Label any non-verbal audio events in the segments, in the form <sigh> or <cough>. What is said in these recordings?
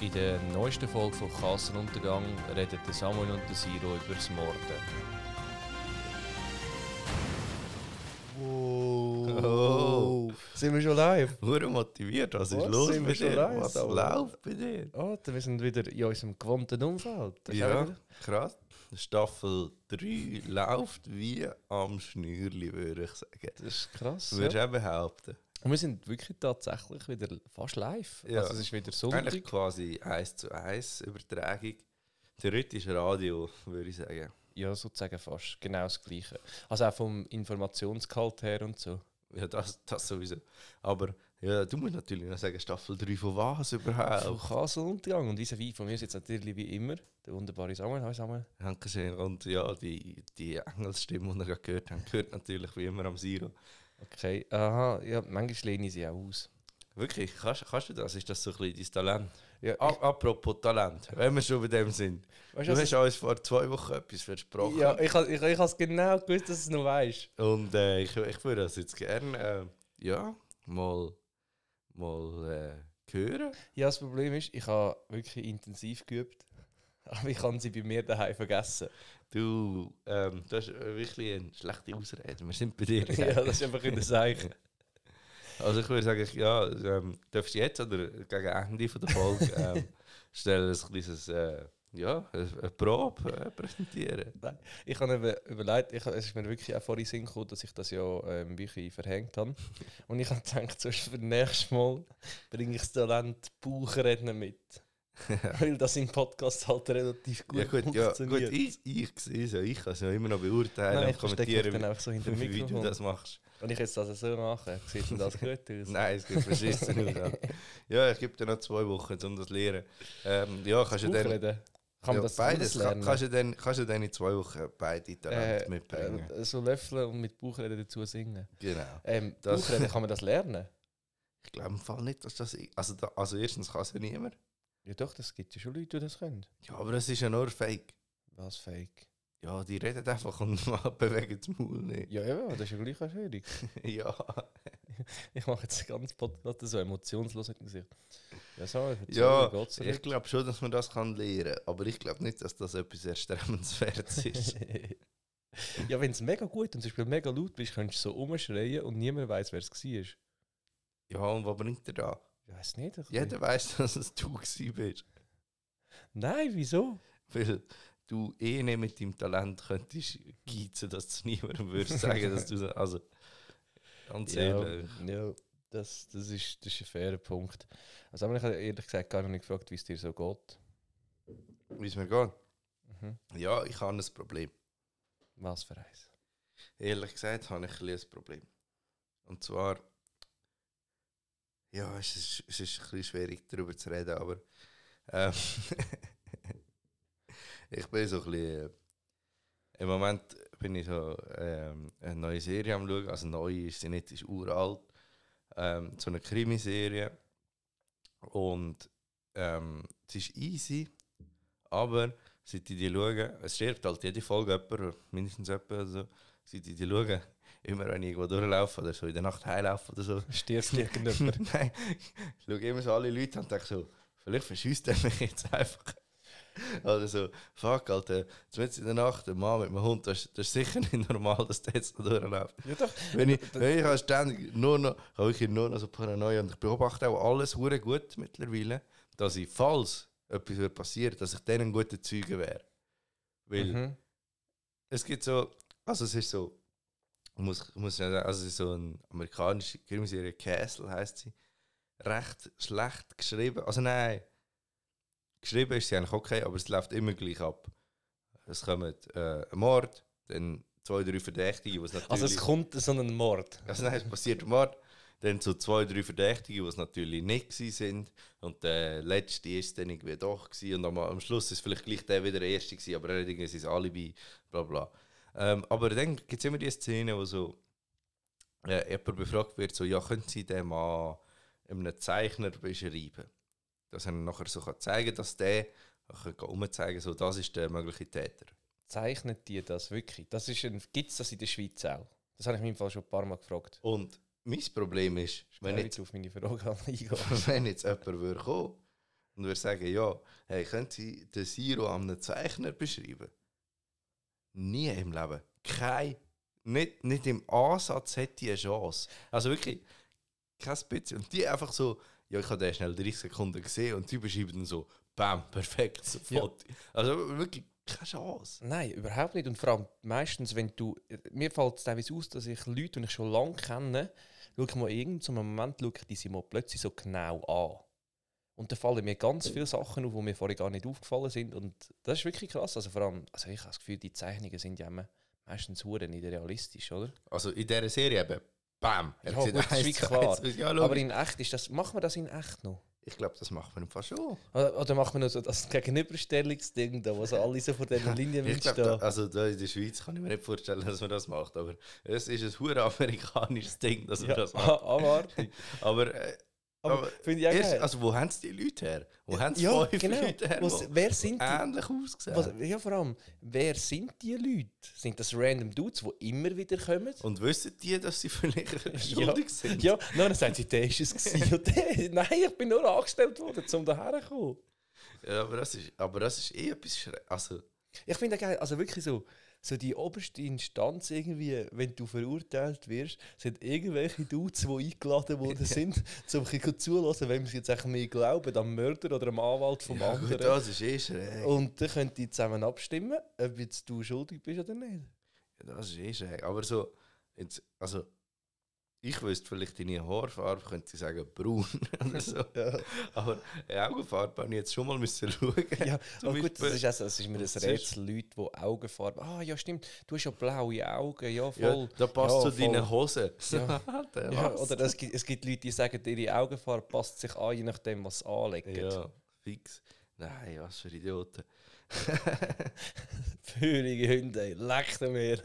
In der neuesten Folge von Kassenuntergang reden der Samuel und der Siro über das Morden. Oh. Sind wir schon live? Hure motiviert, was ist Was? los Sind wir mit schon dir? live, Was aber- läuft bei dir? Oh, wir sind wieder in unserem gewohnten Umfeld. Das ist auch Ja, wieder- krass. Staffel 3 läuft wie am Schnürli, würde ich sagen. Das ist krass. Würdest Ja. du auch behaupten? Und wir sind wirklich tatsächlich wieder fast live. Ja. Also es ist wieder Eigentlich Sonntag. quasi 1 zu 1 Übertragung. Theoretisch Radio, würde ich sagen. Ja, sozusagen fast. Genau das Gleiche. Also auch vom Informationsgehalt her und so. Ja, das, das sowieso. Aber ja, du musst natürlich noch sagen, Staffel 3 von was Von überhaupt? Kasseluntergang und vis-à-vis von mir sitzt natürlich wie immer der wunderbare Samuel. Hi Samuel. Danke schön. Und ja, die, die Engelsstimme, die wir gerade gehört haben, gehört natürlich wie immer am Siro. Okay. Aha, ja, manchmal lehne ich sie auch aus. Wirklich, kannst, kannst du das? Ist das so ein bisschen dein Talent? Ja, A apropos Talent, wenn wir schon bei dem sind. Weißt du, du was hast uns vor zwei Wochen etwas versprochen. ja, ich habe ich, ich has genau gewusst, dass du es noch weißt. Und äh, ich, ich würde das jetzt gerne äh, ja, mal, mal äh, hören. Ja, das Problem ist, ich habe wirklich intensiv geübt, <laughs> aber ich habe sie bei mir daheim <laughs> vergessen. Du, ähm, du hast äh, wirklich eine schlechte Ausrede. Wir sind <laughs> bei dir. ja, das ist einfach in der Seiche. Also ich würde sagen, ich- ja, ähm, darfst du jetzt oder gegen Ende von der Folge <laughs> ähm, stellen ein kleines äh, ja, eine eine Probe äh, präsentieren. Nein, ich habe eben überlegt, ich, es ist mir wirklich auch vorhin in den Sinn gekommen, dass ich das ja ähm, wirklich verhängt <laughs> habe. Und ich habe gedacht, sonst für das nächste Mal bringe ich das Talent Bauchrednen <laughs> mit. Weil das im Podcast halt relativ gut, ja gut, ja, gut funktioniert. ich, ich sehe es ja, ich kann es ja immer noch beurteilen Nein, und ich verstecke mich dann kommentieren, einfach so hinter dem wie, wie du Mikrofon. das machst. Wenn ich jetzt das so mache, sieht denn das gut aus? Nein, es <laughs> gibt verschissen aus. ja. Ja, ich gebe dir noch zwei Wochen, um das zu lernen. Ähm, ja, kannst du dann... Bauchrednen? Kann man ja, das anders beides lernen? kann- kannst du dann, kannst du dann in zwei Wochen beide Talente Äh, mitbringen. äh, so löffeln und mit Bauchreden dazu singen. genau. Ähm, Das- Bauchreden, kann man das lernen? Ich glaube im Fall nicht, dass das... ich- Also, da, also erstens kann es ja niemand. Ja doch, das gibt ja schon Leute, die das können. Ja, aber es ist ja nur Fake. Was fake? Ja, die reden einfach und <laughs> bewegen das Maul nicht. Ja, ja, das ist ja gleich auch schwierig. ja. <laughs> Ich mache jetzt den ganzen Podcast so emotionslos mit dem Gesicht. Ja, so, Ja, geht's Ich glaube schon, dass man das kann lernen kann, aber ich glaube nicht, dass das etwas Erstrebenswertes <laughs> ist. <laughs> ja, wenn es mega gut und zum Beispiel mega laut bist, könntest du so rumschreien und niemand weiß, wer es war. Ja, und was bringt er da? Ich weiß nicht. ein bisschen. Jeder weiß, dass es du gewesen bist. Nein, wieso? Weil du eh nicht mit deinem Talent könntest geizen, dass du niemandem würdest sagen, dass du. Also, ganz ehrlich. ja das, das, ist, das ist ein fairer Punkt. Also, aber ich habe ehrlich gesagt gar noch nicht gefragt, wie es dir so geht. Wie es mir geht. Mhm. Ja, ich habe ein Problem. Was für eins? Ehrlich gesagt habe ich ein, bisschen ein Problem. Und zwar. Ja, es ist, es ist ein bisschen schwierig darüber zu reden, aber. Ähm, <laughs> ich bin so ein bisschen. äh, Im Moment bin ich so ähm, eine neue Serie am Schauen. Also neu ist sie nicht, ist uralt. Ähm, so eine Krimiserie. Und ähm, es ist easy, aber seit ich die schaue, es stirbt halt jede Folge jemand, oder mindestens jemand oder so. Seit ich die schaue, immer wenn ich irgendwo durchlaufe oder so in der Nacht heilaufe oder so, Stirbst irgendjemand? <laughs> Nein, ich schaue immer so alle Leute an und denke so, vielleicht verschießt er mich jetzt einfach. Oder so, fuck, Alter, jetzt in der Nacht, ein Mann mit einem Hund, das, das ist sicher nicht normal, dass der jetzt da durchläuft. <laughs> ja, doch. Wenn ich, wenn ich habe ständig nur noch, ich habe wirklich nur noch so Paranoia und ich beobachte auch alles hure gut mittlerweile, dass ich, falls etwas würde passieren, dass ich denen gute Zeuge wäre. Weil Mhm. es gibt so, also es ist so, ich muss, ich muss ja sagen, also es ist so eine amerikanische Krimiserie, Castle heißt sie, recht schlecht geschrieben, also nein, geschrieben ist sie eigentlich okay, aber es läuft immer gleich ab. Es kommt äh, ein Mord, dann zwei, drei Verdächtige, was natürlich... Also, es kommt so ein Mord. Also nein, es passiert ein Mord. Dann so zwei, drei Verdächtige, die es natürlich nicht gewesen sind. Und der letzte ist dann irgendwie doch gewesen. Und am, am Schluss ist vielleicht gleich der wieder der erste gewesen, aber er hat irgendwie sein Alibi, bla bla. Ähm, aber dann gibt es immer die Szene, wo so äh, jemand befragt wird, so, ja, können Sie den Mann einem Zeichner beschreiben? Dass er nachher so kann zeigen kann, dass der, ich kann umzeigen, so, das ist der mögliche Täter. Zeichnet dir das wirklich? Das ist ein, gibt es das in der Schweiz auch? Das habe ich mir im Fall schon ein paar Mal gefragt. Und mein Problem ist, wenn Wenn jetzt <laughs> ich auf meine Frage eingehen. wenn jetzt jemand würde kommen und würde sagen, ja, hey, können Sie den Siro einem Zeichner beschreiben? Nie im Leben. Kein, nicht, nicht im Ansatz hätte ich eine Chance. Also wirklich, kein bisschen. Und die einfach so, ja, ich habe den schnell 30 Sekunden gesehen und die beschreiben dann so, bam, perfekt, sofort. Also wirklich, keine Chance. Nein, überhaupt nicht. Und vor allem meistens, wenn du. Mir fällt es teilweise aus, dass ich Leute, die ich schon lange kenne, schaue ich mal irgend so einen Moment, schaue ich die sie mal plötzlich so genau an. Und da fallen mir ganz viele Sachen auf, die mir vorher gar nicht aufgefallen sind. Und das ist wirklich krass. Also vor allem, also ich habe das Gefühl, die Zeichnungen sind ja immer meistens hure nicht realistisch, oder? Also in dieser Serie eben, bam. Ja, gut, das ist eins zu wirklich klar. eins. Ja, Aber logisch. in echt ist das. Machen wir das in echt noch? ich glaube, das macht man im Fall schon. Oder, oder machen wir noch so das Gegenüberstellungsding da, wo so alle so vor <laughs> diesen Linien Ich glaube, da, stehen? also da in der Schweiz kann ich mir nicht vorstellen, dass man das macht, aber es ist ein hure amerikanisches Ding, dass man Ja, das <laughs> macht. anwartig. Aber, äh, Aber Aber finde ich auch erst, geil. also wo haben sie die Leute her? Wo haben sie ja, fünf genau. Leute her, Was, die wer sind die? ähnlich ausgesehen Was, haben? ja, vor allem, wer sind die Leute? Sind das random Dudes, die immer wieder kommen? Und wissen die, dass <laughs> sie vielleicht schuldig sind? Ja, Nou, nein, dann sagen sie, der ist es <laughs> gewesen. und der- Nein, ich bin nur angestellt worden, um daher zu kommen. Ja, aber, das ist, aber das ist eh etwas schräg. Also, Ich finde das geil, also wirklich so, so die oberste Instanz irgendwie, wenn du verurteilt wirst, sind irgendwelche Dudes, die eingeladen worden sind, um ein bisschen zuzulassen, wenn sie jetzt echt mehr glauben, am Mörder oder am Anwalt vom ja, gut, anderen. das ist eh schräg. und dann könnt ihr zusammen abstimmen, ob jetzt du schuldig bist oder nicht. Ja, das ist eh schräg. Aber so, jetzt, also, ich wüsste vielleicht deine Haarfarbe, könnte ich sagen <laughs> braun <laughs> oder so. Ja. Aber eine Augenfarbe habe ich jetzt schon mal müssen schauen. <laughs> Ja, Zum aber gut, das Beispiel. ist, also, das ist mir Und das sonst- Rätsel, Leute, die Augenfarbe. Ah, ja, stimmt, du hast ja blaue Augen, ja, <laughs> ja, voll. da passt Ja, zu deinen voll. Hosen. <laughs> Ja. Alter, Ja, was? oder es gibt, es gibt Leute, die sagen, ihre Augenfarbe passt sich an, je nachdem, was sie anlegen. ja, fix. Nein, was für Idioten. Feurige Hunde, leckt mir.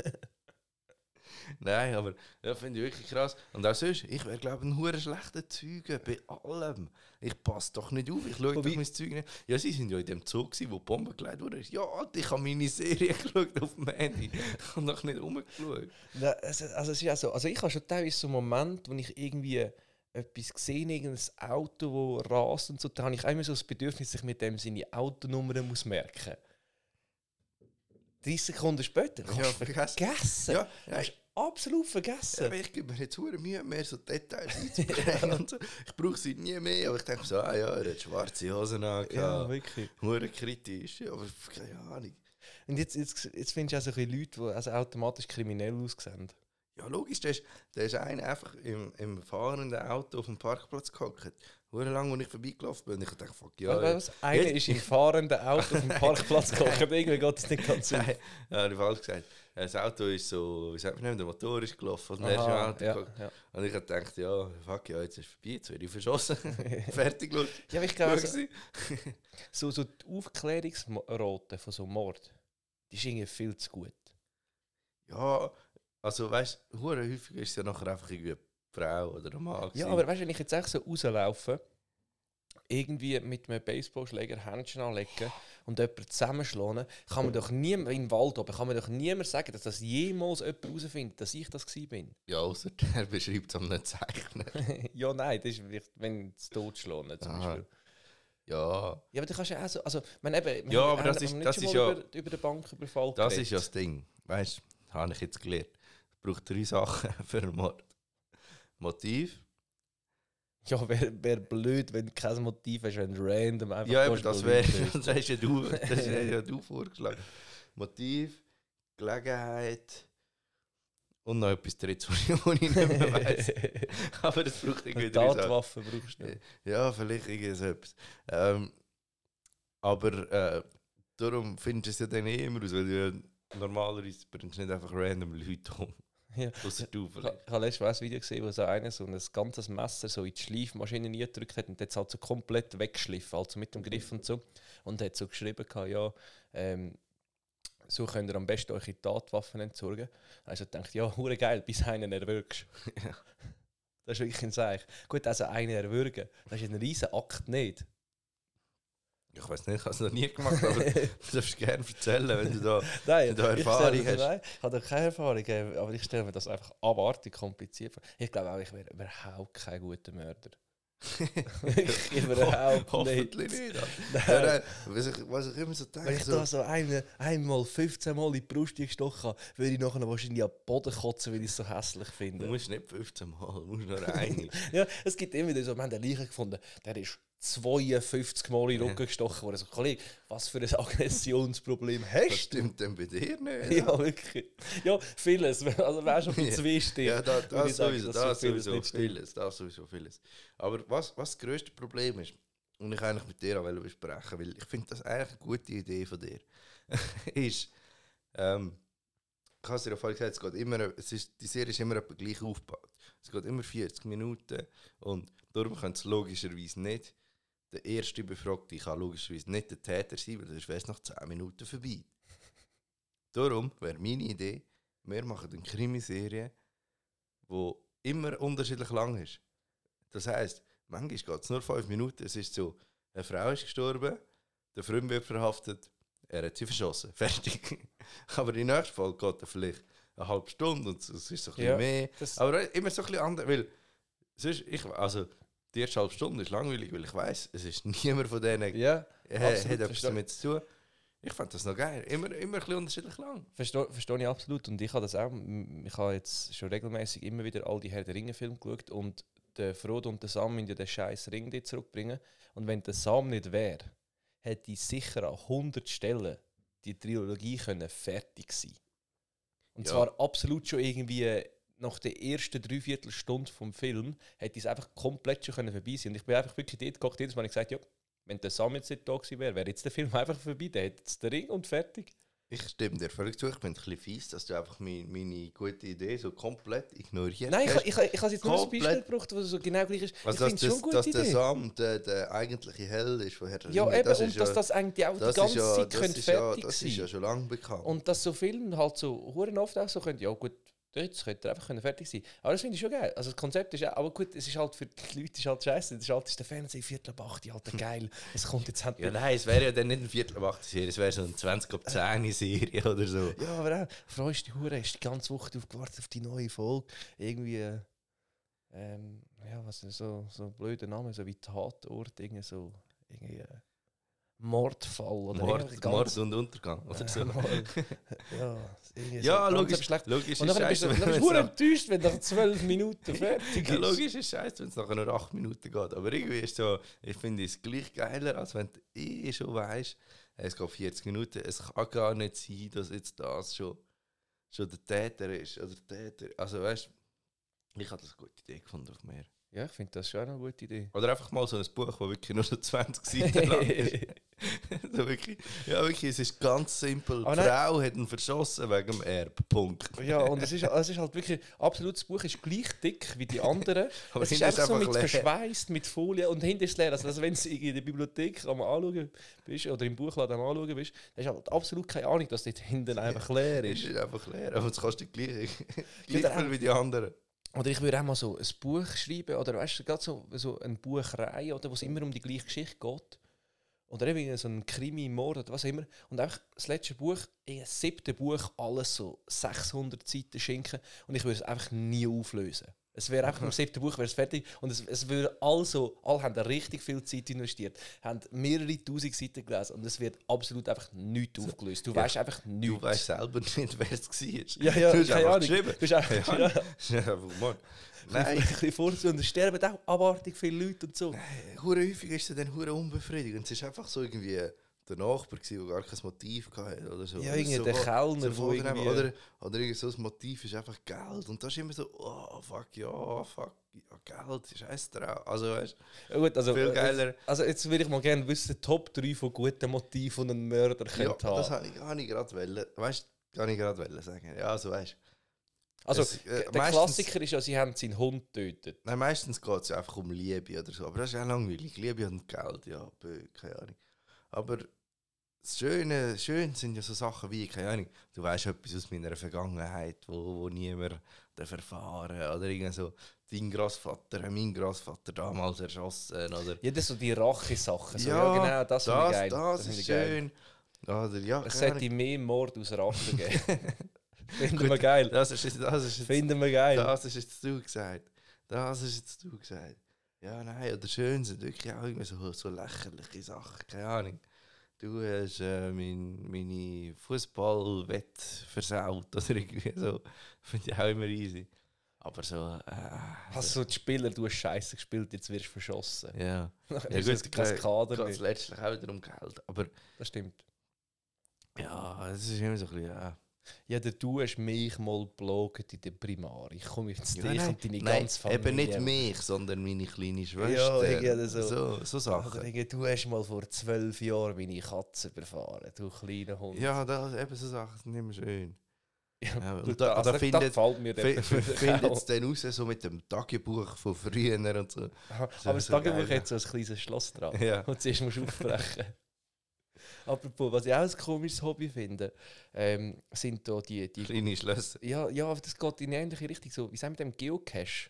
Nein, aber das finde ich wirklich krass. Und auch sonst, ich wäre, glaube ich, ein hure schlechter Zeuge bei allem. Ich passe doch nicht auf, ich schaue doch Wobei- mein Zeug nicht. Ja, sie sind ja in dem Zug, gewesen, wo die Bombe gelegt wurde. Ja, Alter, ich habe meine Serie <laughs> geschaut auf dem Handy. Ich habe doch nicht rumgeschaut. <laughs> Ja, Also, also, es ist auch so, also ich habe schon teilweise so einen Moment, wo ich irgendwie etwas gesehen irgendein Auto, das rast und so, da habe ich einmal so das Bedürfnis, dass ich mit dem seine Autonummer muss merken muss. 30 Sekunden später, kannst Ja, du vergessen. vergessen. Ja, nein. Hast du absolut vergessen. Aber ich gebe mir jetzt hure Mühe, mehr so Details einzubringen. und so. Ich brauche sie nie mehr, aber ich denke so, ah ja, er hat schwarze Hosen an. Ja, Ja, wirklich. hure kritisch, ja, aber keine Ahnung. Und jetzt, jetzt, jetzt findest du auch so ein bisschen Leute, die also automatisch kriminell aussehen. Ja, logisch, da ist, da ist einer einfach im, im fahrenden Auto auf dem Parkplatz gehockt. Hure lang, als ich vorbeigelaufen bin. Und ich dachte, fuck, ja. Aber <laughs> Also, Was? was? Einer Jetzt- ist im fahrenden Auto <laughs> auf dem Parkplatz gekocht. Irgendwie geht es nicht ganz auf. Nein, ja, habe ich falsch gesagt. Das Auto ist so, wie sagt man, der Motor ist gelaufen. Und, Aha, Aha, ist im Auto ja, gehockt. ja. und ich habe gedacht, ja, fuck, ja, jetzt ist es vorbei, jetzt werde <laughs> ich verschossen. Fertig, Leute. ja, aber ich glaube, Also, also, so, so die Aufklärungsrate von so einem Mord, die ist irgendwie viel zu gut. ja, also weißt du, hure häufig ist es ja nachher einfach irgendwie eine Frau oder ein Mann. Ja, gewesen. aber weißt du, wenn ich jetzt echt so rauslaufe, irgendwie mit einem Baseballschläger Händchen anlegen und jemanden zusammenschlagen, kann man doch niemand, im Wald oben, kann man doch niemand sagen, dass das jemals jemand herausfindet, dass ich das gewesen bin. ja außer <laughs> der beschreibt es am nicht Zeichner. ja, nein, das ist vielleicht, wenn es totschlagen zum Aha. Beispiel. Ja. Ja, aber du kannst ja auch so, also, ich meine, eben, wir Ja, haben- aber wir das haben- ist- wir haben das schon ist mal ja- über, über den Banküberfall Das geredet. ist ja das Ding. Weißt du, habe ich jetzt gelernt. Es braucht drei Sachen <laughs> für einen Mord: Motiv. Ja, wäre wär blöd, wenn du kein Motiv hast, wenn du random einfach ja, eben, gehst, das wo wäre. Leute- <laughs> Das hast ja du, das hast ja du vorgeschlagen. Motiv, Gelegenheit und noch etwas drittes, <laughs> was ich was ich nicht <laughs> mehr weiss. Aber es braucht irgendwie Eine drei Sachen. Tatwaffe brauchst du. Ja. Ja, vielleicht irgendwie so etwas. Ähm, aber äh, darum findest du es ja dann eh immer aus, weil du ja normalerweise bringst du nicht einfach random Leute um. Ja. Außer du Ich, vielleicht. ha- ich habe letztens mal ein Video gesehen, wo so einer so ein ganzes Messer so in die Schleifmaschine reingedrückt hat und jetzt halt so komplett weggeschliffen, also mit dem Griff und so. Und hat so geschrieben, gehabt, ja, ähm, so könnt ihr am besten eure Tatwaffen entsorgen. Also denkt, ja, hure geil, bis einen erwürgst. Ja. <laughs> Das ist wirklich ein Seich. Gut, also einen erwürgen, das ist ein riesen Akt nicht. Ich weiß nicht, ich habe es noch nie gemacht, aber du <laughs> darfst gerne erzählen, wenn du da. Nein, Wenn du ich Erfahrung stelle mir- hast. Nein, ich habe doch keine Erfahrung, äh, <laughs> aber ich stelle mir das einfach abartig kompliziert vor. Ich glaube auch, ich wäre überhaupt kein guter Mörder. ich <laughs> überhaupt nicht. Hoffentlich nicht. Ja, nein, was, ich, was ich immer so Wenn denke, ich so, da so eine, einmal 15 Mal in die Brust gestochen habe, würde ich nachher wahrscheinlich am Boden kotzen, weil ich es so hässlich du finde. musst nicht 15 Mal, du musst nur eine. <laughs> Ja, es gibt immer wieder so, wir haben einen Leichen gefunden, der ist 52 Mal in den Rücken gestochen worden. So, Kollege, was für ein Aggressionsproblem das hast du? <laughs> stimmt dann bei dir nicht. Ja, wirklich. Ja, vieles. Also, wärst <laughs> du auf dem Zwiestig. Ja, da, würde das ich sagen, sowieso, dass so das vieles sowieso nicht stimmt. vieles, das sowieso vieles. Aber was, was das grösste Problem ist, und ich eigentlich mit dir auch wollte besprechen, weil ich finde das eigentlich eine gute Idee von dir, <laughs> ist, ähm, ich habe es dir ja vorhin gesagt, es geht immer, es ist, die Serie ist immer etwa gleich aufgebaut. Es geht immer 40 Minuten und darum können es logischerweise nicht der erste Befragte kann logischerweise nicht der Täter sein, weil sonst wäre es nach 10 Minuten vorbei. Darum wäre meine Idee, wir machen eine Krimiserie, wo immer unterschiedlich lang ist. Das heißt, manchmal geht es nur fünf Minuten. Es ist so, eine Frau ist gestorben, der Freund wird verhaftet, er hat sie verschossen. <laughs> Fertig. Aber die nächste Folge geht dann vielleicht eine halbe Stunde und es ist so ein bisschen Ja, mehr. das- Aber immer so ein bisschen anders, weil sonst, ich, also, die erste halbe Stunde ist langweilig, weil ich weiß, es ist <laughs> niemand von denen Ja, äh, absolut, hat etwas verstehe. damit zu tun. Ich fand das noch geil. Immer, immer ein bisschen unterschiedlich lang. Verstehe, verstehe ich absolut. Und ich habe das auch. m- Ich habe jetzt schon regelmäßig immer wieder all die Herr der Ringe-Filme geschaut. Und der Frodo und der Sam müssen ja den scheiß Ring dort zurückbringen. Und wenn der Sam nicht wäre, hätte ich sicher an 100 Stellen die Trilogie können fertig sein Und Ja. zwar absolut schon irgendwie äh, nach der ersten Dreiviertelstunde vom Film hätte ich es einfach komplett schon können vorbei sein Und ich bin einfach wirklich dort gekocht. Jedes Mal habe ich gesagt, ja, wenn der Sam jetzt nicht da gewesen wäre, wäre jetzt der Film <laughs> einfach vorbei. Der hätte jetzt den Ring und fertig. Ich stimme dir völlig zu. Ich bin ein bisschen fies, dass du einfach meine, meine gute Idee so komplett ignorierst. Nein, ich, hast. ich, ich, ich habe jetzt nur ein komplett- Beispiel gebraucht, wo so genau gleich ist. also, ich dass, finde es das, schon eine dass gute der Idee. Sam der, der eigentliche Held ist, woher Ja, eben, ist und dass das eigentlich auch die das ganze ist ja, Zeit das könnte ist ja, fertig das sein ist ja schon lange bekannt. Und dass so vielen halt so Huren oft auch so können, ja gut, jetzt könnte er einfach können fertig sein. Aber das finde ich schon geil. Also das Konzept ist ja, aber gut, es ist halt für die Leute ist halt scheiße. Das ist halt ist der Fernseher Viertel ab acht, Alter, geil. Es kommt jetzt endlich. ja, nein, es wäre ja dann nicht ein Viertel ab 8 Serie, es wäre so eine 20 ab 10 Serie oder so. Ja, aber auch, freust dich Huren, hast die ganze Woche darauf gewartet auf die neue Folge. Irgendwie, äh, ähm, ja, was ist so, so ein blöder Name, so wie Tatort, irgendwie so, irgendwie, äh, Mordfall oder Mord, irgendwie ganz- Mord und Untergang oder so. ja, irgendwie Ja, so ganz logisch, etwas schlecht. logisch Und ist dann bist du scheiße, dann wenn bist es du nach- enttäuscht, wenn nach zwölf <laughs> Minuten fertig Ja, ist. logisch ist scheiße, wenn es nachher nur 8 Minuten geht. Aber irgendwie ist so, ich finde es gleich geiler, als wenn du eh schon weißt, es geht 40 Minuten. Es kann gar nicht sein, dass jetzt das schon, schon der Täter ist. Oder der Täter. Also weißt ich habe das eine gute dus Idee gefunden auf mir. Ja, ich finde das schon eine gute Idee. Oder einfach mal so ein Buch, das wirklich nur so 20 Seiten lang ist. <laughs> so wirklich, ja, wirklich, es ist ganz simpel. Aber nein- Die Frau hat ihn verschossen wegen dem Erb. Punkt. ja, und es ist, es ist halt wirklich, absolut, das Buch ist gleich dick wie die anderen. Aber es ist hinten einfach so mit leer. verschweißt, mit Folie und hinten ist es leer. Also, also wenn du in der Bibliothek am anschauen bist oder im Buchladen am anschauen bist, dann hast du halt absolut keine Ahnung, dass dort hinten einfach leer Es ist. ist einfach leer. Aber es kostet gleich, Ja, gleich der- viel wie die anderen. Oder ich würde auch mal so ein Buch schreiben, oder weißt du, gerade so, so eine Buchreihe, oder wo es immer um die gleiche Geschichte geht. Oder eben so ein Krimi, Mord oder was auch immer. Und einfach das letzte Buch, das siebte Buch, alles so 600 Seiten schinken. Und ich würde es einfach nie auflösen. Es wäre einfach im siebten Buch wäre es fertig. Und es, es würde all so, alle haben da richtig viel Zeit investiert, haben mehrere tausend Seiten gelesen. Und es wird absolut einfach nichts aufgelöst. Du Ja. weißt einfach nichts. Du weißt selber nicht, wer es war. <laughs> ja, ja, du hast keine einfach Ahnung. geschrieben. Du hast einfach, Ja. dus- ja. <laughs> Ja, einfach mal. Nein. Nein, Ein bisschen vorzu und es sterben auch abartig viele Leute und so. hure häufig ist es dann hure unbefriedigend. Es ist einfach so irgendwie eh, der Nachbar, gewesen, der gar kein Motiv hatte oder so. Ja, Oder irgendwie so der voll- Kellner, so wo voll daneben. irgendwie- Oder, oder irgendwie so ein Motiv ist einfach Geld. Und da ist immer so, oh, fuck, ja, fuck, ja, Geld, scheiß drauf. Also, weißt Ja, gut, also, du, viel geiler. also jetzt würde ich mal gerne wissen, Top 3 von guten Motiven, die ein Mörder Ja, könnte das haben. habe ich gar nicht gerade wollen. Weißt du, gar nicht gerade wollen sagen. Ja, also, weißt Also es, äh, der meistens- Klassiker ist ja, sie haben seinen Hund getötet. Nein, meistens geht es ja einfach um Liebe oder so. Aber das ist ja langweilig. Liebe und Geld, ja, bö, keine Ahnung. Aber das Schöne, schön sind ja so Sachen wie, keine Ahnung, du weißt etwas aus meiner Vergangenheit, wo, wo niemand darf erfahren oder irgend so, dein Großvater, mein Großvater damals erschossen oder Jeder so die Rache-Sachen. So, Ja, ja, genau, das, finde ich das, geil. das, finde ist ich geil. schön. Oder ja, Es keine sollte Ahnung. mehr Mord aus Rache <laughs> geben. Finden wir Gut. geil. das ist, das ist jetzt, Finden wir geil. das ist jetzt du gesagt. Das ist jetzt du gesagt. Ja, nein, oder schön sind wirklich auch irgendwie so, so lächerliche Sachen, keine Ahnung. Du hast äh, mein, meine Fußballwett versaut oder irgendwie so. Finde ich auch immer easy. Aber so, äh, Hast du Also, so die Spieler, du hast scheiße gespielt, jetzt wirst du verschossen. ja. Dann Ja, ist gut, jetzt kein äh, Kader Geht mehr. letztlich auch wieder um Geld. Aber Das stimmt. ja, es ist immer so ein bisschen, ja. Ja, der du hast mich mal gebloggt in der Primar. Ich komme jetzt Ja, dich nein, und deine nein, ganze Familie. Eben nicht mich, sondern meine kleine Schwester. irgendwie oder so. so, so Oder Sachen. irgendwie, du hast mal vor zwölf Jahren meine Katze überfahren, du kleiner Hund. Ja, das, eben so Sachen sind immer schön. Ja, Du, und da, also da das findet gefällt mir dann natürlich <laughs> findet auch. es dann raus, so mit dem Tagebuch von früher und so. Aber das so geil, Tagebuch ja. hat so ein kleines Schloss dran. eh, Ja. Und zuerst musst du aufbrechen. <laughs> Apropos, was ich auch ein komisches Hobby finde, ähm, sind da die. die Kleine Schlösser. ja, ja, aber das geht in eine ähnliche Richtung. So, wie sagen wir dem Geocache?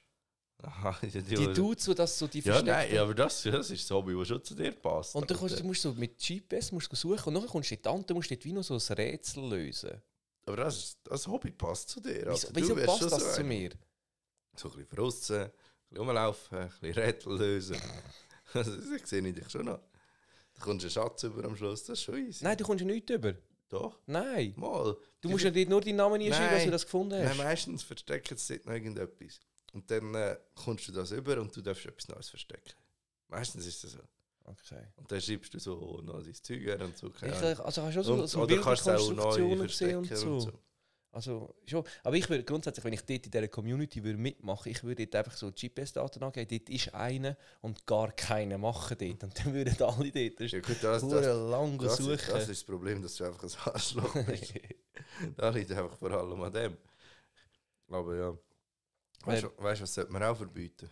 Aha, ja, Die Dudes, die das so die Ah, Ja, verstecken. nein, ja, aber das, das ist das Hobby, das schon zu dir passt. Und dann aber, kannst, du musst du so mit GPS musst du suchen und dann kommst du in die Hand, dann musst du dort wie noch so ein Rätsel lösen. aber das, ist- das Hobby passt zu dir. Wieso, Also, du wieso wärst schon passt so das zu ein- mir? So ein bisschen verrutzen, ein bisschen rumlaufen, ein bisschen Rätsel lösen. <laughs> Also, das sehe ich dich schon noch. Da kommst du einen Schatz über am Schluss, das ist schon easy. Nein, du kommst ja nichts über. Doch, Nein. mal. Du musst ja dort nur deinen Namen hinschreiben, dass du Nein. das gefunden hast. Nein, meistens verstecken sie dort noch irgendetwas. Und dann äh, kommst du das über und du darfst etwas Neues verstecken. Meistens ist das so. okay. Und dann schreibst du so noch dein Zeug her und so. keine Ich, Ahnung. also hast du auch so, und, so oder kannst du auch Bildkonstruktionen neu gesehen verstecken und so. Also schon. Aber ich würde grundsätzlich, wenn ich dort in dieser Community würde mitmachen ich würde dort einfach so GPS-Daten angeben, dort ist einer und gar keiner machen dort. Und dann würden alle dort. Das ist Ja, gut, das, das, hure lang das, suchen. ist, das ist das Problem, dass du einfach ein Arschloch <laughs> bist. da liegt einfach vor allem an dem. Aber ja. Weißt du, weißt du, was sollte man auch verbieten?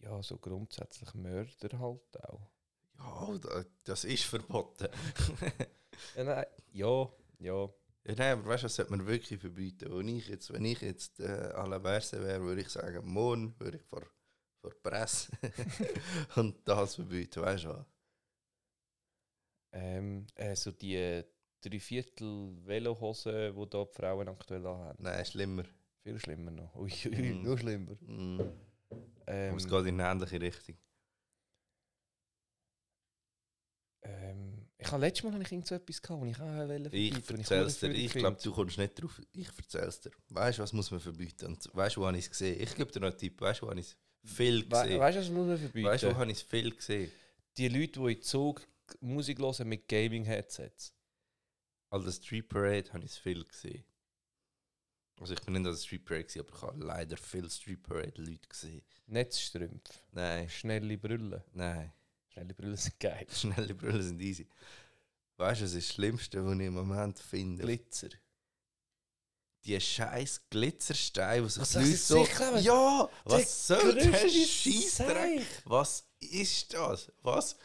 ja, so grundsätzlich Mörder halt auch. Ja, da- das ist verboten. Ja, nein, ja, ja. Ja, nein, aber weißt du, das sollte man wirklich verbieten. Und ich jetzt, wenn ich jetzt äh, à la Verse wäre, würde ich sagen, morgen würde ich vor, vor die <laughs> Presse und das verbieten, weißt du was? Ähm, äh, so die Dreiviertel Velohosen, die da die Frauen aktuell haben. Nein, schlimmer. Viel schlimmer noch. Ui, ui, ui, Mhm. noch schlimmer. Mm. Ähm, Aber es geht in eine ähnliche Richtung. Ähm, ich habe letztes Mal habe ich irgend so etwas gehabt, wo ich auch wollte. Ich verbieten, wo erzähl's dir, cool ich finde. glaube, du kommst nicht drauf. Ich erzähl's dir. Weißt du, was muss man verbieten? Und weißt du, wo habe ich es gesehen? Ich gebe dir noch einen Tipp. nou Weißt du, wo habe ich es viel We gesehen? weißt du, was muss man verbieten? Weißt du, wo halt- habe ich es viel gesehen? die Leute, die in Zug Musik hören mit Gaming-Headsets. An der Street Parade habe ich es viel gesehen. Also, ich bin nicht an der Street Parade, gewesen, aber ich habe leider viel Street Parade-Leute gesehen. Netzstrümpfe. Nein, Schnelle Brüllen. nein. <laughs> Schnelle Brüllen sind geil. Schnelle Brüllen sind easy. Weißt du, was ist das Schlimmste, was ich im Moment finde? Glitzer. die scheiß Glitzersteine, was sich Was die das Leute ist so... sicher, was- Ja, was soll der grösste Scheissdreck? Zeich. Was ist das? Was?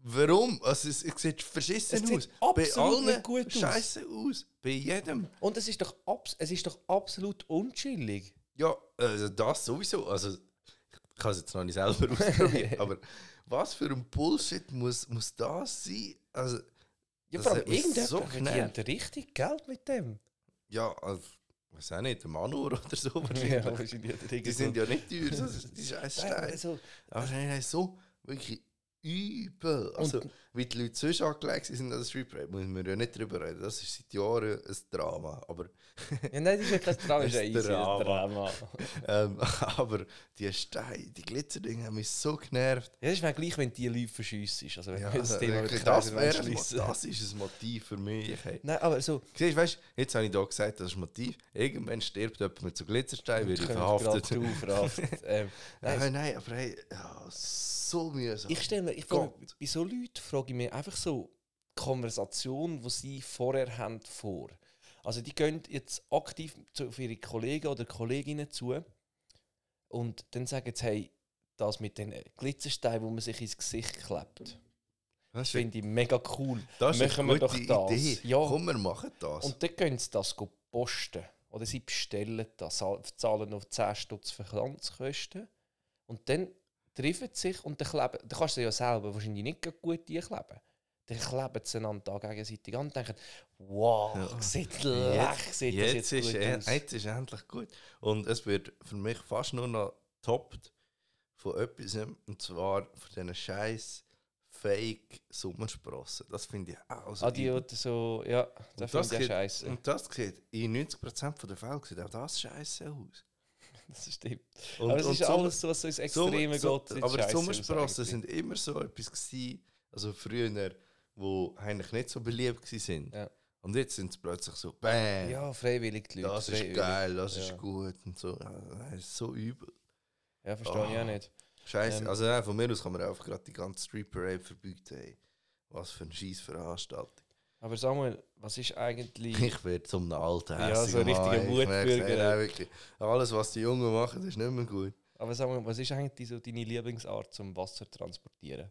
Warum? Also es, es sieht Es verschissen sieht aus. Bei absolut allen nicht gut aus. scheiße aus. Bei jedem. Und es ist, doch abs es ist doch absolut unchillig. Ja, also das sowieso. Also ich kann es jetzt noch nicht selber <laughs> ausprobieren, aber was für ein Bullshit muss, muss das sein? Also Ja, Das vor allem hat mich irgendjemand so verdient richtig Geld mit <laughs> dem. ja, also, weiß auch nicht, der Manor oder so <laughs> wahrscheinlich. Ja, wahrscheinlich hat er Die irgend sind so- ja nicht teuer, so, die scheiß Steine. Also, Aber nein, nein, so wirklich übel. Also, wie die Leute sonst angelegt sind an der Street Parade, müssen wir ja nicht drüber reden. Das ist seit Jahren ein Drama. Aber, ja, nein, das ist ja <laughs> kein Drama, das ist ja Ein easy, das ist ein Drama. ähm, <laughs> aber die Steine, die Glitzerdinge haben mich so genervt. Ja, das ist mir gleich, wenn die Leute verschissen. Also, wenn Ja, wir das das, Thema wirklich, wirklich das, wieder wäre ein Mo- anschliessen. <laughs> das ist ein Motiv für mich. Hey. Nein, aber so, Siehst, weißt, jetzt habe ich da gesagt, das ist ein Motiv. Irgendwann stirbt jemand mit so Glitzersteinen, wird Ich er komme jetzt verhaftet. gerade <laughs> drauf, verhaftet. ähm, nein, Nein, nein, aber hey, ja, so mühsam. ich stelle mir, ich frage, Gott. mich- bei so Leuten frage ich mich einfach so die Konversation, die sie vorher haben, vor. Also die gehen jetzt aktiv zu auf ihre Kollegen oder Kolleginnen zu und dann sagen sie, hey, das mit den Glitzersteinen, wo man sich ins Gesicht klebt, das ist, finde ich mega cool. das ist machen eine wir gute doch das. Idee. Ja. Komm, wir machen das. Und dann gehen sie das go posten. Oder sie bestellen das, sa- zahlen noch 10 Stutz Versandkosten. Und dann treffen sie sich und dann kleben. Dann kannst du sie ja selber wahrscheinlich nicht gerade gut einkleben. Dann kleben sie einander da gegenseitig an und denken: Wow, <laughs> Ja. sieht Jetzt- lech, sieht jetzt, das jetzt ist gut er, aus. jetzt ist endlich gut. Und es wird für mich fast nur noch toppt von etwas, und zwar von diesen scheiß fake Sommersprossen. Das finde ich auch so. ah, die, übel. oder so, ja, das das finde ich ja geht- Mm. scheiße. und das sieht in 90% der Fälle sieht auch das scheiße aus. <laughs> Das stimmt. Und, aber es ist Sommer- alles so, was so ins Extreme Sommer- geht. sieht Aber die scheisse aus Sommersprossen eigentlich. sind immer so etwas gewesen, also früher, wo eigentlich nicht so beliebt gewesen sind. Ja. Und jetzt sind sie plötzlich so, bam, Ja, freiwillig die Leute. das ist freiwillig. geil, das Ja. ist gut und so. Ja, Das ist so übel. Ja, verstehe ich Ah. auch nicht. Scheiße. Ähm. also nein, von mir aus kann man einfach gerade die ganze Street Parade verbieten. Ey. Was für eine scheiß Veranstaltung. Aber Samuel, was ist <laughs> eigentlich. Ich werde zum alten Hm. Ja, hässigen so ein richtiger Mann, ey. Ich merk's, Wutbürger, ey, ey. wirklich. Alles, was die Jungen machen, das ist nicht mehr gut. aber Samuel, was ist eigentlich die- so deine Lieblingsart zum Wasser zu transportieren?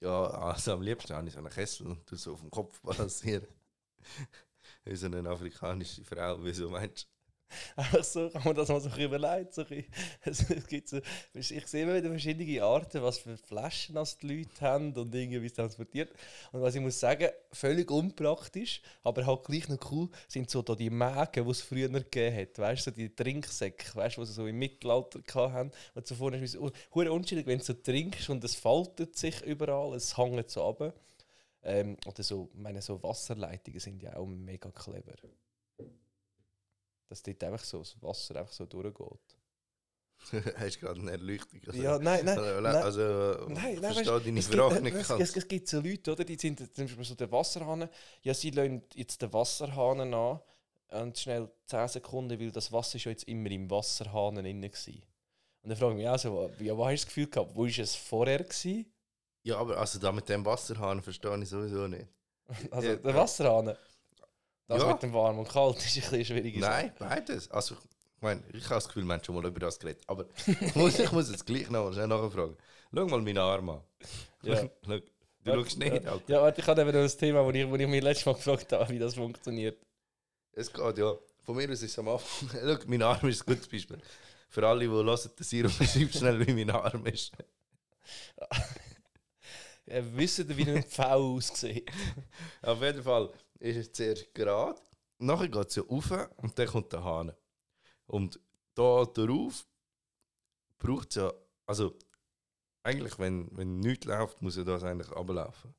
Ja, also am liebsten habe ich so einen Kessel und du so auf dem Kopf balancieren. <laughs> Wie so eine afrikanische Frau, wie so meinst <laughs> Einfach so kann man das mal so ein bisschen überlegen. So ein bisschen. <laughs> Es gibt so, ich sehe immer wieder verschiedene Arten, was für Flaschen das die Leute haben und irgendwie wie es transportiert. Und was ich muss sagen, völlig unpraktisch, aber halt gleich noch cool, sind so da die Mägen, die es früher gegeben hat. Weißt du, so die Trinksäcke, weißt du, die sie so im Mittelalter hatten. Und zuvor ist es un- hure unschuldig, wenn du so trinkst und es faltet sich überall, es hängt so runter. Ähm, oder so, ich meine, so Wasserleitungen sind ja auch mega clever dass dort einfach so das Wasser einfach so durchgeht. du? <laughs> Hast du gerade eine Erleuchtung? Also, ja, nein, nein. also, nein. also Nein, ich nein, verstehe deine Es Frage gibt, nicht es, ganz. es, es gibt so Leute, oder, die sind zum Beispiel so den Wasserhahn. Ja, sie lassen jetzt den Wasserhahn an und schnell 10 Sekunden, weil das Wasser ist ja jetzt immer im Wasserhahn drin war. Und dann frage ich mich auch so, ja, wo hast du das Gefühl gehabt, wo war es vorher? <laughs> Gewesen? Ja, aber also da mit dem Wasserhahn verstehe ich sowieso nicht. Also Ja. der Wasserhahn. Das Ja. mit dem Warm und <laughs> Kalt ist ein bisschen schwierig. Nein, beides. Also, ich meine, ich habe das Gefühl, wir haben schon mal über das geredet. Aber <laughs> ich muss, ich muss jetzt gleich noch mal schnell nachfragen. Schau mal meinen Arm an. Ja. Schau, du schaust nicht, Alter. Ja, warte, ich habe eben noch ein Thema, wo ich, wo ich mich letztes Mal gefragt habe, wie das funktioniert. Es geht, ja. Von mir aus ist es am <laughs> Anfang. Schau, mein Arm ist ein gutes Beispiel. Für alle, die hören, der Siro <laughs> beschreibt schnell, wie mein Arm ist. Äh, wissen Sie, wie ein Pfau <laughs> aussieht? Auf jeden Fall ist es zuerst gerade, nachher geht es ja rauf und dann kommt der Hahn. Und da darauf braucht es ja, also eigentlich, wenn, wenn nichts läuft, muss ja das eigentlich ablaufen.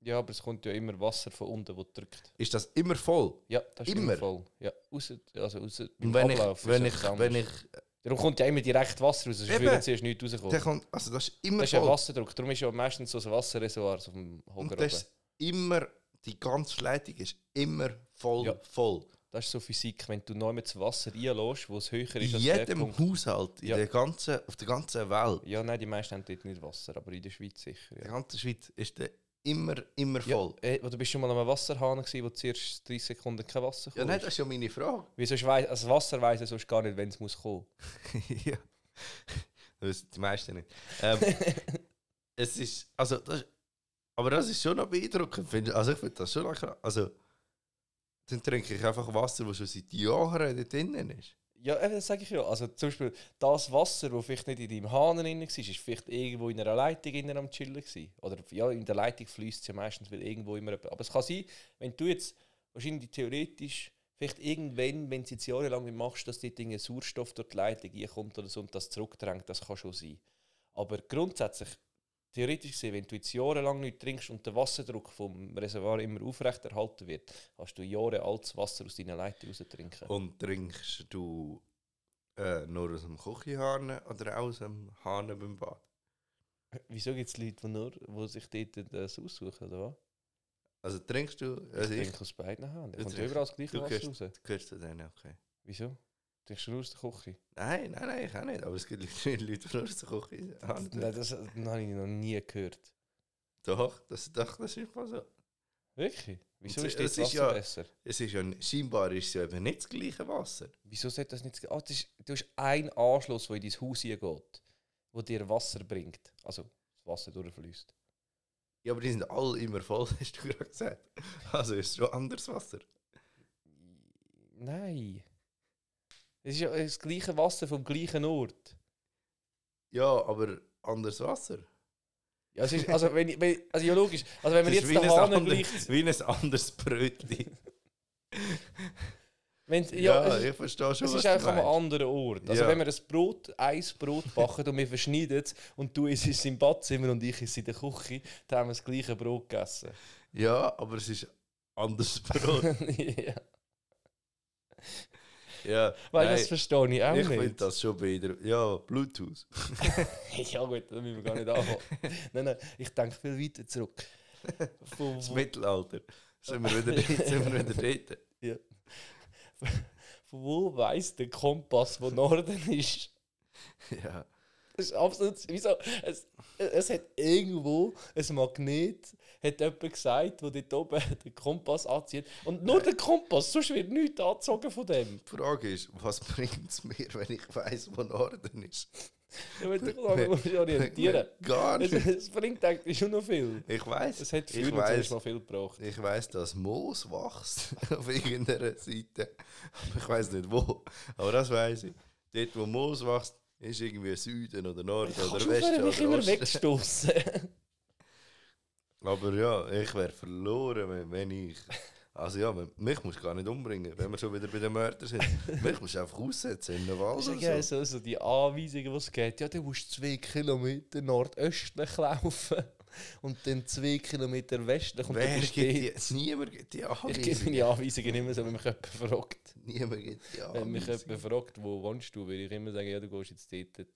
Ja, aber es kommt ja immer Wasser von unten, das drückt. Ist das immer voll? Ja, das ist Immer? immer voll. Ja, ausser, also ausser Und wenn ich, Ablauf wenn ist ich, es anders. wenn ich, Darum kommt ja immer direkt Wasser dus raus, sonst Eben. würden sie erst nichts dann rauskommen. kommt, also das ist immer Das ist ja voll. Wasserdruck, darum ist ja meistens so ein Wasserreservoir so auf dem Hocker Und oben. das ist immer, die ganze Leitung ist immer voll, Ja. voll. Das ist so Physik, wenn du neu mit das Wasser reinlässt, wo es höher In ist als der jedem Punkt. Haushalt, in Ja. der ganzen, auf der ganzen Welt, Ja, nein, die meisten haben dort nicht Wasser, aber in der Schweiz sicher. in Ja. der ganzen Schweiz, ist der immer, immer Ja, voll. äh, du bist schon mal am Wasserhahn, gewesen, wo zuerst 30 Sekunden kein Wasser Ja, kommt. nein, das ist ja <laughs> meine Frage. Wieso weiss, also das Wasser weiss ja sonst gar nicht, wenn es muss kommen. ja. Das wissen die meisten nicht. Ähm, <laughs> es ist, also, das, ist- aber das ist schon noch beeindruckend, finde ich. Also, ich finde das schon noch krass. Also, dann trinke ich einfach Wasser, das schon seit Jahren dort drinnen ist. Ja, eben, das sage ich ja. Also zum Beispiel das Wasser, das vielleicht nicht in deinem Hahn drin war, ist vielleicht irgendwo in einer Leitung innen am Chillen. Gewesen. Oder ja, in der Leitung fließt es ja meistens weil irgendwo immer. jemand- Aber es kann sein, wenn du jetzt wahrscheinlich theoretisch, vielleicht irgendwann, wenn du es jetzt jahrelang nicht machst, dass dort irgendein Sauerstoff durch die Leitung reinkommt oder so und das zurückdrängt, das kann schon sein. Aber grundsätzlich, theoretisch gesehen, wenn du jetzt jahrelang nicht trinkst und der Wasserdruck vom Reservoir immer aufrechterhalten wird, hast du Jahre altes Wasser aus deiner Leitung raus trinken. Und trinkst du äh, nur aus dem Küchenhahn oder auch aus dem Hahn beim Bad? Wieso gibt es Leute, die, nur, die sich dort das aussuchen, oder was? Also trinkst du, also ich ich, trinke aus beiden Händen. Ja, Kommt trink- überall das gleiche du Wasser raus. gehörst zu denen, okay. Wieso? Trinkst du nur aus der Küche? Nein, nein, nein, ich auch nicht. Aber es gibt Leute, Leute die nur aus der Küchenhahn Nein, trinken. das, das habe ich noch nie gehört. Doch, das, doch, das ist mal so. Wirklich? Wieso Und ist es das ist Wasser ja- besser? Es ist ja, scheinbar ist es ja eben nicht das gleiche Wasser. Wieso sollte das nicht... Ah, das ist, du hast einen Anschluss, der in dein Haus hineingeht, wo dir Wasser bringt. Also, das Wasser durchfließt. Ja, aber die sind alle immer <laughs> voll, hast du gerade gesagt. Also ist schon anderes Wasser. Nein. Es ist ja das gleiche Wasser vom gleichen Ort. Ja, aber anderes Wasser. Ja, es ist, also, wenn, ich- wenn, also, ja, logisch. Also, wenn man Das ist jetzt den ein Hahn ander- gleicht... wie ein anderes Brötchen. Wenn, ja, dus Ja, es ist, ich verstehe schon, es was ist du einfach an einem meinst. anderen Ort. Also Ja. wenn wir ein Brot, ein Brot backen und wir verschneiden es und du isst es im Badzimmer und ich esse in der Küche, dann haben wir das gleiche Brot <laughs> gegessen. Ja, aber es ist anders <laughs> Brot. <laughs> ja. ja, Weil nein, das verstehe ich auch ich finde nicht. das schon beeindruckend. Ja, Bluetooth. <laughs> <laughs> Ja gut, da müssen wir gar nicht anfangen. nein, nein, ich denke viel weiter <laughs> zurück. Von, Das wo- Mittelalter. Sind wir wieder dort? Sind wir wieder dort? von wo weiss der Kompass, wo Norden ist? Ja. Das ist absolut. Wieso? Es, es hat irgendwo ein Magnet, hat jemand gesagt, wo dort oben <laughs> den Kompass anzieht. Und nur der Kompass, sonst wird nichts angezogen von dem. Die Frage ist, was bringt es mir, wenn ich weiss, wo Norden ist? Da musst du dich orientieren. Gar Es, nicht. es bringt eigentlich schon noch viel. Ich weiss. Es hat ich früher weiss, zuerst noch viel gebraucht. ich weiss, dass Moos <laughs> wächst auf irgendeiner <laughs> Seite. Aber ich weiss nicht wo. Aber das weiss ich. Dort, wo Moos wächst, ist irgendwie Süden oder Norden Kannst oder du aufhören, mich Westen oder immer Osten. wegstoßen? Aber ja, ich wäre verloren, wenn- wenn ich. Also ja, man- mich musst du gar nicht umbringen, wenn wir schon wieder bei den Mördern sind. mich musst du einfach aussetzen in den Wald. Also, <laughs> Oder ja, so. so, so die Anweisungen, die es gibt. Ja, du musst zwei Kilometer nordöstlich <laughs> laufen und dann zwei Kilometer westlich. Und Wer dann gibt bist du die, dort. niemand gibt die Ich gebe Anweisungen. meine Anweisungen immer so, wenn mich jemand fragt. Niemand gibt die Wenn mich Anweisungen. jemand fragt, wo wohnst du, würde ich immer sagen, ja, du gehst jetzt dort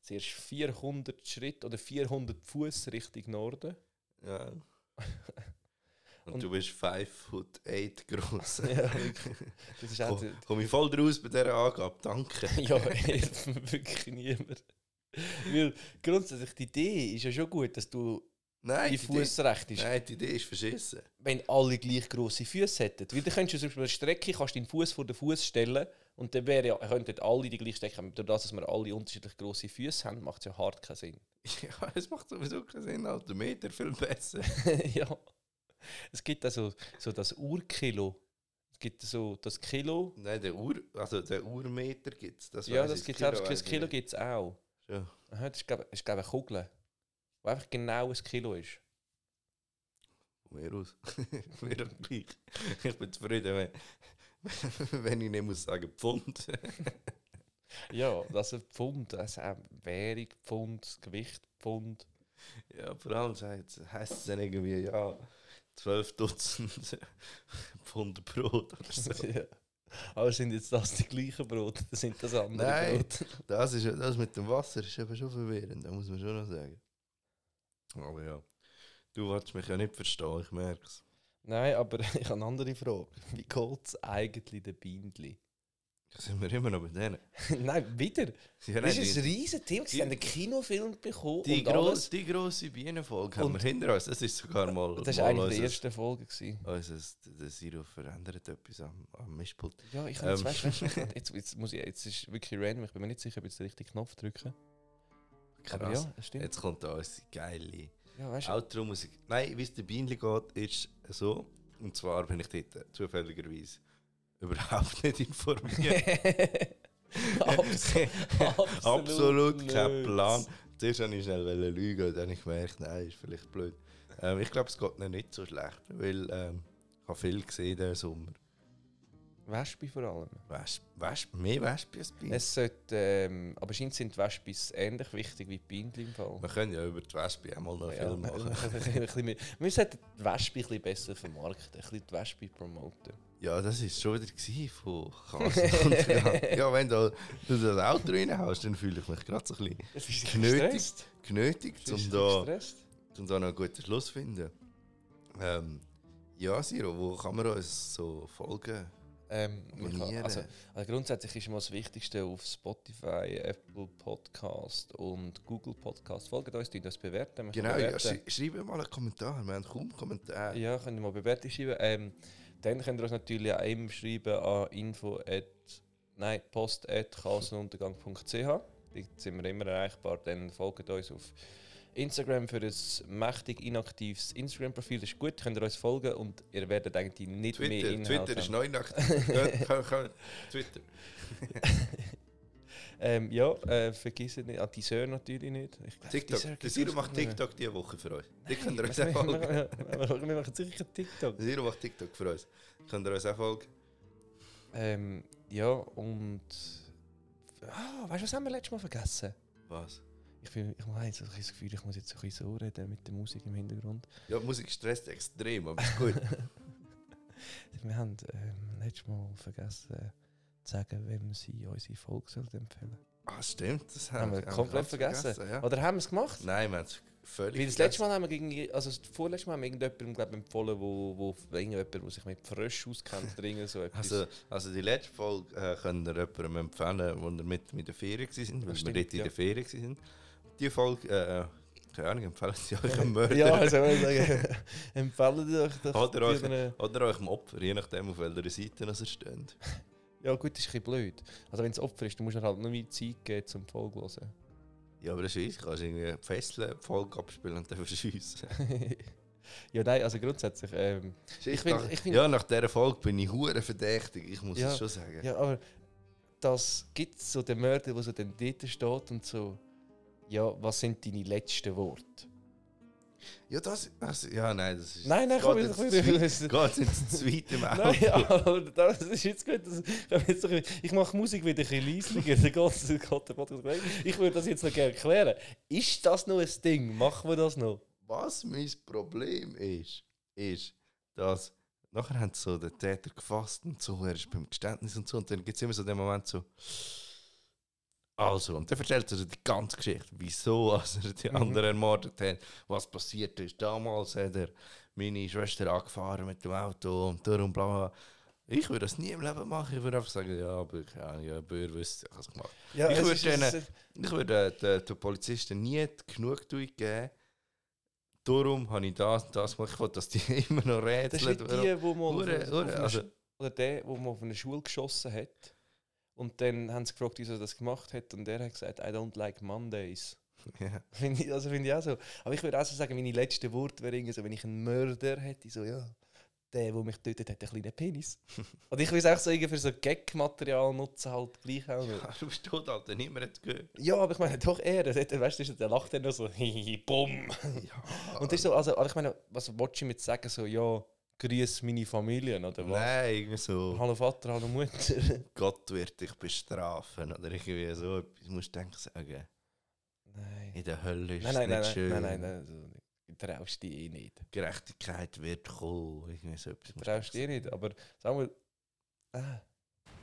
zuerst 400 Schritt oder 400 Fuß Richtung Norden. Ja. <laughs> Und, Und- du bist 5 foot 8 groß. Ja, <laughs> wirklich. Das ist auch... Komm, komm ich voll draus bei dieser Angabe, danke. <laughs> ja, hilft mir wirklich niemand. Weil grundsätzlich die Idee ist ja schon gut, dass du Nein, die die Idee, Fußrecht ist. nein, die Idee ist verschissen. wenn alle gleich grosse Füße hätten. Weil dann könntest du zum Beispiel eine Strecke kannst deinen Fuß vor den Fuß stellen und dann wäre ja, könnten alle die gleiche Strecke haben. Durch das, dass wir alle unterschiedlich grosse Füße haben, macht es ja hart keinen Sinn. <laughs> Ja, es macht sowieso keinen Sinn, Alter. Meter viel besser. <laughs> ja. Es gibt also so das Urkilo. Es gibt so das Kilo. Nein, der Uhr, also der Uhrmeter gibt es. Das ja, weiss das ich. gibt es auch. Das weiss ich Kilo nicht. gibt es auch. Ja. Aha, das ist, glaube ich, eine Kugel, die einfach genau ein Kilo ist. Mir aus. <laughs> Mir doch gleich. Ich bin zufrieden, wenn, <laughs> wenn ich nicht muss sagen Pfund. <laughs> Ja, das ist Pfund. Das ist auch Währung, Pfund, Gewicht, Pfund. Ja, vor allem heisst es dann irgendwie, ja, 12 Dutzend <laughs> Pfund Brot <laughs> oder so. Ja. Aber sind jetzt das die gleichen Brote? Das sind das andere Nein. Brote. Das, ist, das mit dem Wasser ist eben schon verwirrend, das muss man schon noch sagen. Aber ja, du willst mich ja nicht verstehen, ich merke es. Nein, aber <laughs> ich habe eine andere Frage. Wie geht es eigentlich den Bindli? Da sind wir immer noch bei denen. <laughs> Nein, wieder. Ja, Das nein, ist ein die, riesen Thema. Sie die- haben einen Kinofilm bekommen die, und alles. gross, die grosse Bienenfolge haben wir Und- hinter uns, das ist sogar mal... Das war mal eine der unser- ersten Folgen. Gewesen. Unser, der Siro verändert etwas am, am Mischpult. Ja, ich habe jetzt, Ähm. weißt, weißt, weißt, jetzt, jetzt muss ich, jetzt ist wirklich random, ich bin mir nicht sicher, ob ich jetzt den richtigen Knopf drücke. Aber Krass. ja, das stimmt. Jetzt kommt da unsere geile Ja, weißt, <laughs> du, Outro-Musik. Nein, wie es der Bienenli geht, ist so. Und zwar bin ich dort zufälligerweise überhaupt nicht informiert. <laughs> Abs <laughs> absolut, Absolut kein nicht. Plan. Zuerst wollte ich schnell lügen und dann habe ich gemerkt, nein, ist vielleicht blöd. Ähm, ich glaube, es geht ihnen nicht so schlecht, weil ähm, ich habe viel gesehen um diesen Sommer. Wespe vor allem. Wesp, Wesp, mehr Wespen als Bienen. Es sollte, ähm, aber scheint sind die Wespis ähnlich wichtig wie die Bindli im Fall. Wir können ja über die Wespe auch mal noch Ja, viel machen. ein bisschen mehr. <laughs> Wir sollten die Wespe ein bisschen besser vermarkten, ein bisschen die Wespe promoten. Ja, das war schon wieder gewesen von <laughs> Carsten und Frank. Ja, wenn du, du das Auto reinhaust, dann fühle ich mich gerade so ein bisschen Es ist Genötigt, genötigt, um da, gestresst. um da noch einen guten Schluss zu finden. Ähm, ja, Siro, wo kann man uns so folgen? Ähm, man kann, Abonnieren? also, also grundsätzlich ist mal das Wichtigste auf Spotify, Apple Podcast und Google Podcast. Folgt uns, tun uns bewerten. Man kann genau, ja, bewerten. schrei schreibe mal einen Kommentar. Wir haben kaum Kommentare. Ja, könnt ihr mal Bewertung schreiben. Ähm, dann könnt ihr uns natürlich auch eben schreiben an info at, nein, post at chaosenuntergang.ch. Dort sind wir immer erreichbar. Dann folgt uns auf Instagram für ein mächtig inaktives Instagram-Profil. Das ist gut, könnt ihr uns folgen und ihr werdet eigentlich nicht mehr Twitter, Inhalt Twitter ist haben. neu <laughs> nackt. Geht, komm, komm, Twitter. ähm, ja, äh, vergiss nicht, an die Sir natürlich nicht. Ich glaub, die Sir TikTok. Der gibt's Siro sonst macht nicht mehr. TikTok diese Woche für euch. Die könnt ihr <laughs> uns Wir, auch wir, wir, folgen. wir machen sicher keinen Tiktok. Der Siro macht TikTok für uns. Könnt ihr uns auch folgen. Ähm, ja, und. Ah, weißt du, was haben wir letztes Mal vergessen? Was? Ich, bin, ich habe jetzt so ein bisschen das Gefühl, ich muss jetzt so ein bisschen so reden mit der Musik im Hintergrund. <laughs> Ja, die Musik stresst extrem, aber ist gut. Wir haben ähm, letztes Mal vergessen zu sagen, wem sie unsere Folge soll empfehlen ah, stimmt, das sollen. Haben wir komplett ganz vergessen. ja. Oder haben wir es gemacht? Nein, wir haben es völlig Weil das letzte Mal haben wir gegen, also das vorletzte Mal haben wir irgendjemandem glaub, empfohlen, wo, wo irgendjemand, der sich mit Frösch auskennt oder irgend so etwas. Also, <laughs> also die letzte Folge äh, könnt ihr jemandem empfehlen, wo ihr mit, mit der Ferien waren, weil wir stimmt, dort in ja. der Ferien waren. Die Folge, äh, keine Ahnung, empfehlen sie <laughs> euch am Mörder. ja, also ich sagen, <laughs> empfehlen die euch das. Oder euch- die anderen- Oder euch am Opfer, je nachdem, auf welcher Seite ihr steht. Ja gut, das ist ein bisschen blöd. Also wenn es Opfer ist, dann musst du halt nur Zeit geben zum Folge hören. Ja, aber das ist weiss, kannst du irgendwie fesseln, die Folge abspielen und dann verschiessen. <laughs> ja nein, also grundsätzlich, ähm, Shit, bin- nach- ich bin- ja, nach dieser Folge bin ich hure verdächtig, ich muss Ja, es schon sagen. ja aber das gibt so den Mörder, der so dann dort steht und so, ja, was sind deine letzten Worte? Ja, das, das ja, nein, das ist... Nein, nein, das komm, geht jetzt jetzt komm, jetzt- zu weit- geht's jetzt zu weit im Auto. Nein, ja, aber das ist jetzt gut. Das, wenn jetzt so ein bisschen- ich mache Musik wieder ein bisschen leisiger, dann geht, dann geht der Podcast weg. Ich würde das jetzt noch gerne klären. Ist das noch ein Ding? Machen wir das noch? Was mein Problem ist, ist, dass nachher haben sie so den Täter gefasst und so, er ist beim Geständnis und so. Und dann gibt es immer so den Moment so. Also, und dann erzählt er so die ganze Geschichte, wieso <laughs> als er die Mhm. anderen ermordet hat, was passiert ist. Damals hat er meine Schwester angefahren mit dem Auto und darum bla bla. Ich würde das nie im Leben machen. Ich würde einfach sagen, ja, aber keine Ahnung, ja, Bauer wüsste, ich habe es gemacht. Ja, Ich es würde ist- denen- es ist- Ich würde äh, den, den Polizisten nie die Genugtuung geben. Darum habe ich das und <laughs> das gemacht. Ich wollte, dass die immer noch Das rätseln. ist nicht die, wo man Hure, auf, hure, auf eine also- Sch- oder der, wo man auf eine Schule geschossen hat. Und dann haben sie gefragt, wieso er das gemacht hat. Und der hat gesagt, I don't like Mondays. ja. Find ich, also finde ich auch so. Aber ich würde auch so sagen, meine letzten Worte wären irgendwie so, wenn ich einen Mörder hätte, so ja, der, der mich tötet, hat einen kleinen <laughs> Penis. Und ich würde es auch so irgendwie für so Gag-Material nutzen, halt gleich auch noch. Du bist tot, Alter. Niemand hat gehört. Ja, aber ich meine, doch er, das hat- weißt du, der lacht dann nur so, <laughs> hihihi, bumm. Ja. Und das ist so, also, aber ich meine, was willst du mit sagen, so, ja, grüß meine Familie, oder was? Nein, irgendwie so. Hallo Vater, hallo <laughs> Mutter. Gott wird dich bestrafen. Oder irgendwie so etwas. Du musst denken, sagen, nein. in der Hölle ist Nein, nein, es nicht nein, schön. nein, nein, nein, so nicht. Du traust dich eh nicht. Gerechtigkeit wird kommen. Irgendwie so etwas. Du musst traust du dich eh nicht, aber sagen wir, ah,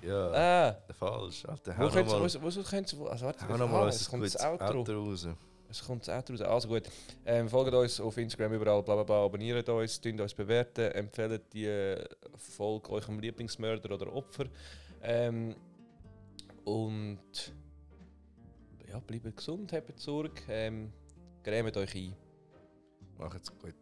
denken. Ja, ah. falsch. Alter, Wo hau könnt's, nochmal. wo, wo, wo könnt's, wo, also warte, Hau ah, nochmal es unser kommt gutes das Outro. Outro raus. Es kommt das Outro Dus raus. Also gut, ähm, folgt uns auf Instagram überall, bla bla bla, abonniert uns, tünt uns bewerten, empfehlt die äh, Folge eurem Lieblingsmörder oder Opfer. Ähm, und Ehm, ja, bleibt gesund, habt Sorge, ähm, grämt euch ein. Macht's gut.